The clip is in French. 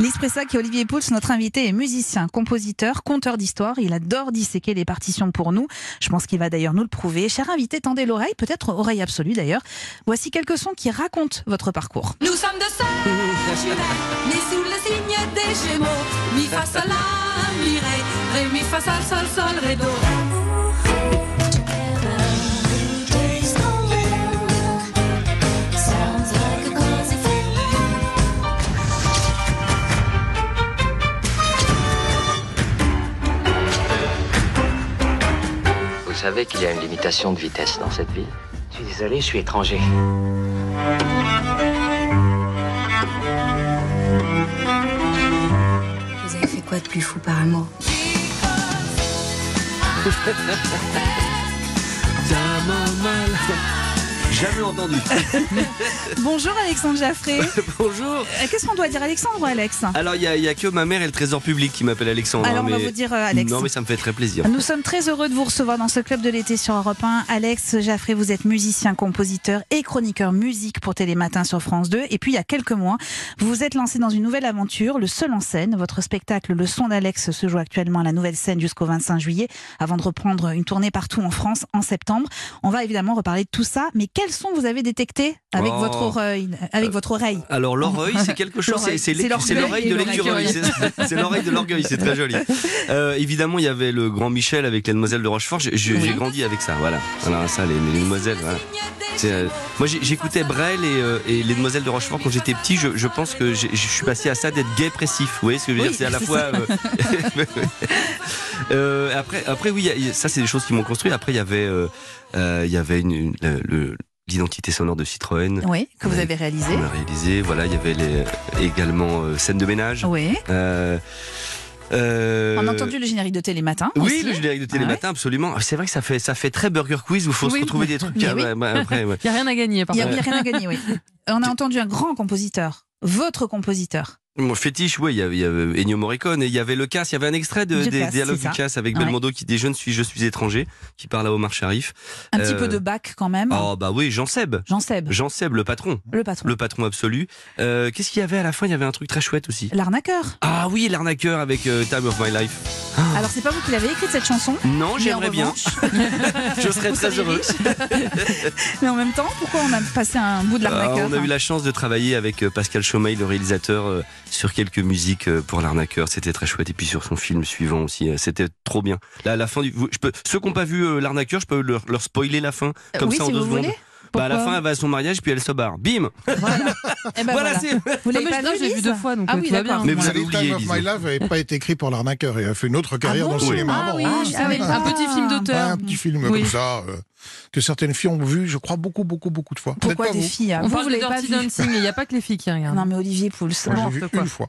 L'espressa qui est Olivier Pouls, notre invité, est musicien, compositeur, conteur d'histoire. Il adore disséquer les partitions pour nous. Je pense qu'il va d'ailleurs nous le prouver. Cher invité, tendez l'oreille, peut-être oreille absolue d'ailleurs. Voici quelques sons qui racontent votre parcours. Nous sommes de sœurs jumelles, nées sous le signe des Gémeaux. Mi fa sol la mi ré, ré mi fa sol sol sol ré do. Vous savez qu'il y a une limitation de vitesse dans cette ville Je suis désolé, je suis étranger. Vous avez fait quoi de plus fou par amour Jamais entendu. Bonjour Alexandre Jaffré. Bonjour. Euh, Qu'est-ce qu'on doit dire Alexandre ou Alex Alors, il n'y a, il y a que ma mère et le trésor public qui m'appellent Alexandre. Alors hein, on va mais- vous dire euh, Alex. Non, mais ça me fait très plaisir. Nous sommes très heureux de vous recevoir dans ce club de l'été sur Europe 1. Alex Jaffré, vous êtes musicien, compositeur et chroniqueur musique pour Télématin sur France 2. Et puis, il y a quelques mois, vous vous êtes lancé dans une nouvelle aventure, le seul en scène. Votre spectacle Le son d'Alex se joue actuellement à la nouvelle scène jusqu'au 25 juillet, avant de reprendre une tournée partout en France en septembre. On va évidemment reparler de tout ça. Mais quels sons vous avez détectés avec, Oh. votre, oreille, avec votre oreille Alors, l'oreille, c'est quelque chose. L'oreille. c'est- C'est l'é- C'est c'est l'oreille de l'orgueil. l'écureuil. c'est- C'est l'oreille de l'orgueil, c'est très joli. Euh, évidemment, il y avait le grand Michel avec les demoiselles de Rochefort. J'ai j'ai- j'ai grandi avec ça, voilà. Voilà, ça, les, les demoiselles. voilà. C'est, euh, moi, j'ai- j'écoutais Brel et, euh, et les demoiselles de Rochefort quand j'étais petit. Je, je pense que j'ai- je suis passé à ça d'être gay pressif. Vous voyez ce que je veux Oui, dire C'est à la c'est fois. euh, euh, après, après, oui, il y a- il y a- ça, c'est des choses qui m'ont construit. Après, il y avait, euh, euh, il y avait une, une- le- le- l'identité sonore de Citroën. Oui, que vous avez réalisé. On a réalisé, voilà, il y avait les- également euh, scène de ménage. Oui. Euh, euh, On a entendu le générique de Télématin. Oui, aussi. le générique de Ah ouais. Télématin, absolument. C'est vrai que ça fait, ça fait très Burger Quiz où il faut se Oui. retrouver des trucs Mais ah, oui. bah, bah, après. ouais. Il n'y a rien à gagner, par Il n'y a, contre. il y a rien à gagner, oui. On a entendu un grand compositeur, votre compositeur. Mon fétiche, oui, il y avait- il y avait Ennio Morricone et il y avait le casse, il y avait un extrait de, Du des Casse, dialogues c'est du casse avec Ouais. Belmondo qui dit Je ne suis, je suis étranger, qui parle à Omar Sharif. Un petit Euh, peu de bac quand même. Oh, bah oui, Jean Seb. Jean Seb, Jean Seb, le patron. le patron. Le patron absolu. Euh, Qu'est-ce qu'il y avait à la fin Il y avait un truc très chouette aussi. L'arnaqueur. Ah oui, l'arnaqueur avec euh, Time of My Life. Alors c'est pas vous qui l'avez écrite cette chanson mais Non, Ah. j'aimerais en bien. revanche- Je serais Vous très seriez heureux. mais en même temps, pourquoi on a passé un bout de Ah, l'arnaqueur hein. on a eu la chance de travailler avec euh, Pascal Chaumeil, le réalisateur, euh, sur quelques musiques euh, pour l'arnaqueur. C'était très chouette. Et puis sur son film suivant aussi, euh, c'était trop bien. Là, à la fin du, vous- je peux, ceux qui n'ont pas vu euh, l'arnaqueur, je peux leur, leur spoiler la fin comme Euh, oui, ça en si deux vous secondes. voulez. Bah, à la Pourquoi fin, elle va à son mariage, puis elle se barre. Bim. Voilà. Eh ben voilà, voilà. c'est. Vous Non, l'avez mais pas je- non, je l'ai vu Lise deux fois, donc Ah euh, oui, tout va d'accord. bien. Mais vous Vous avez oublié, Time of Lise. My Love n'avait pas été écrit pour l'arnaqueur. Il a fait une autre carrière bon dans le Oui. cinéma Ah avant. oui, Hein. ah oui. Bah, Un petit film d'auteur. Un petit film Oui. comme ça euh, que certaines filles ont vu, je crois, beaucoup, beaucoup, beaucoup de fois. Peut-être Pourquoi pas des vous. filles hein On Vous, parle vous de l'avez pas Dirty vu Dancing, et il n'y a pas que les filles qui regardent. Non mais Olivier Pouls. Moi, bon. j'ai vu quoi. une fois.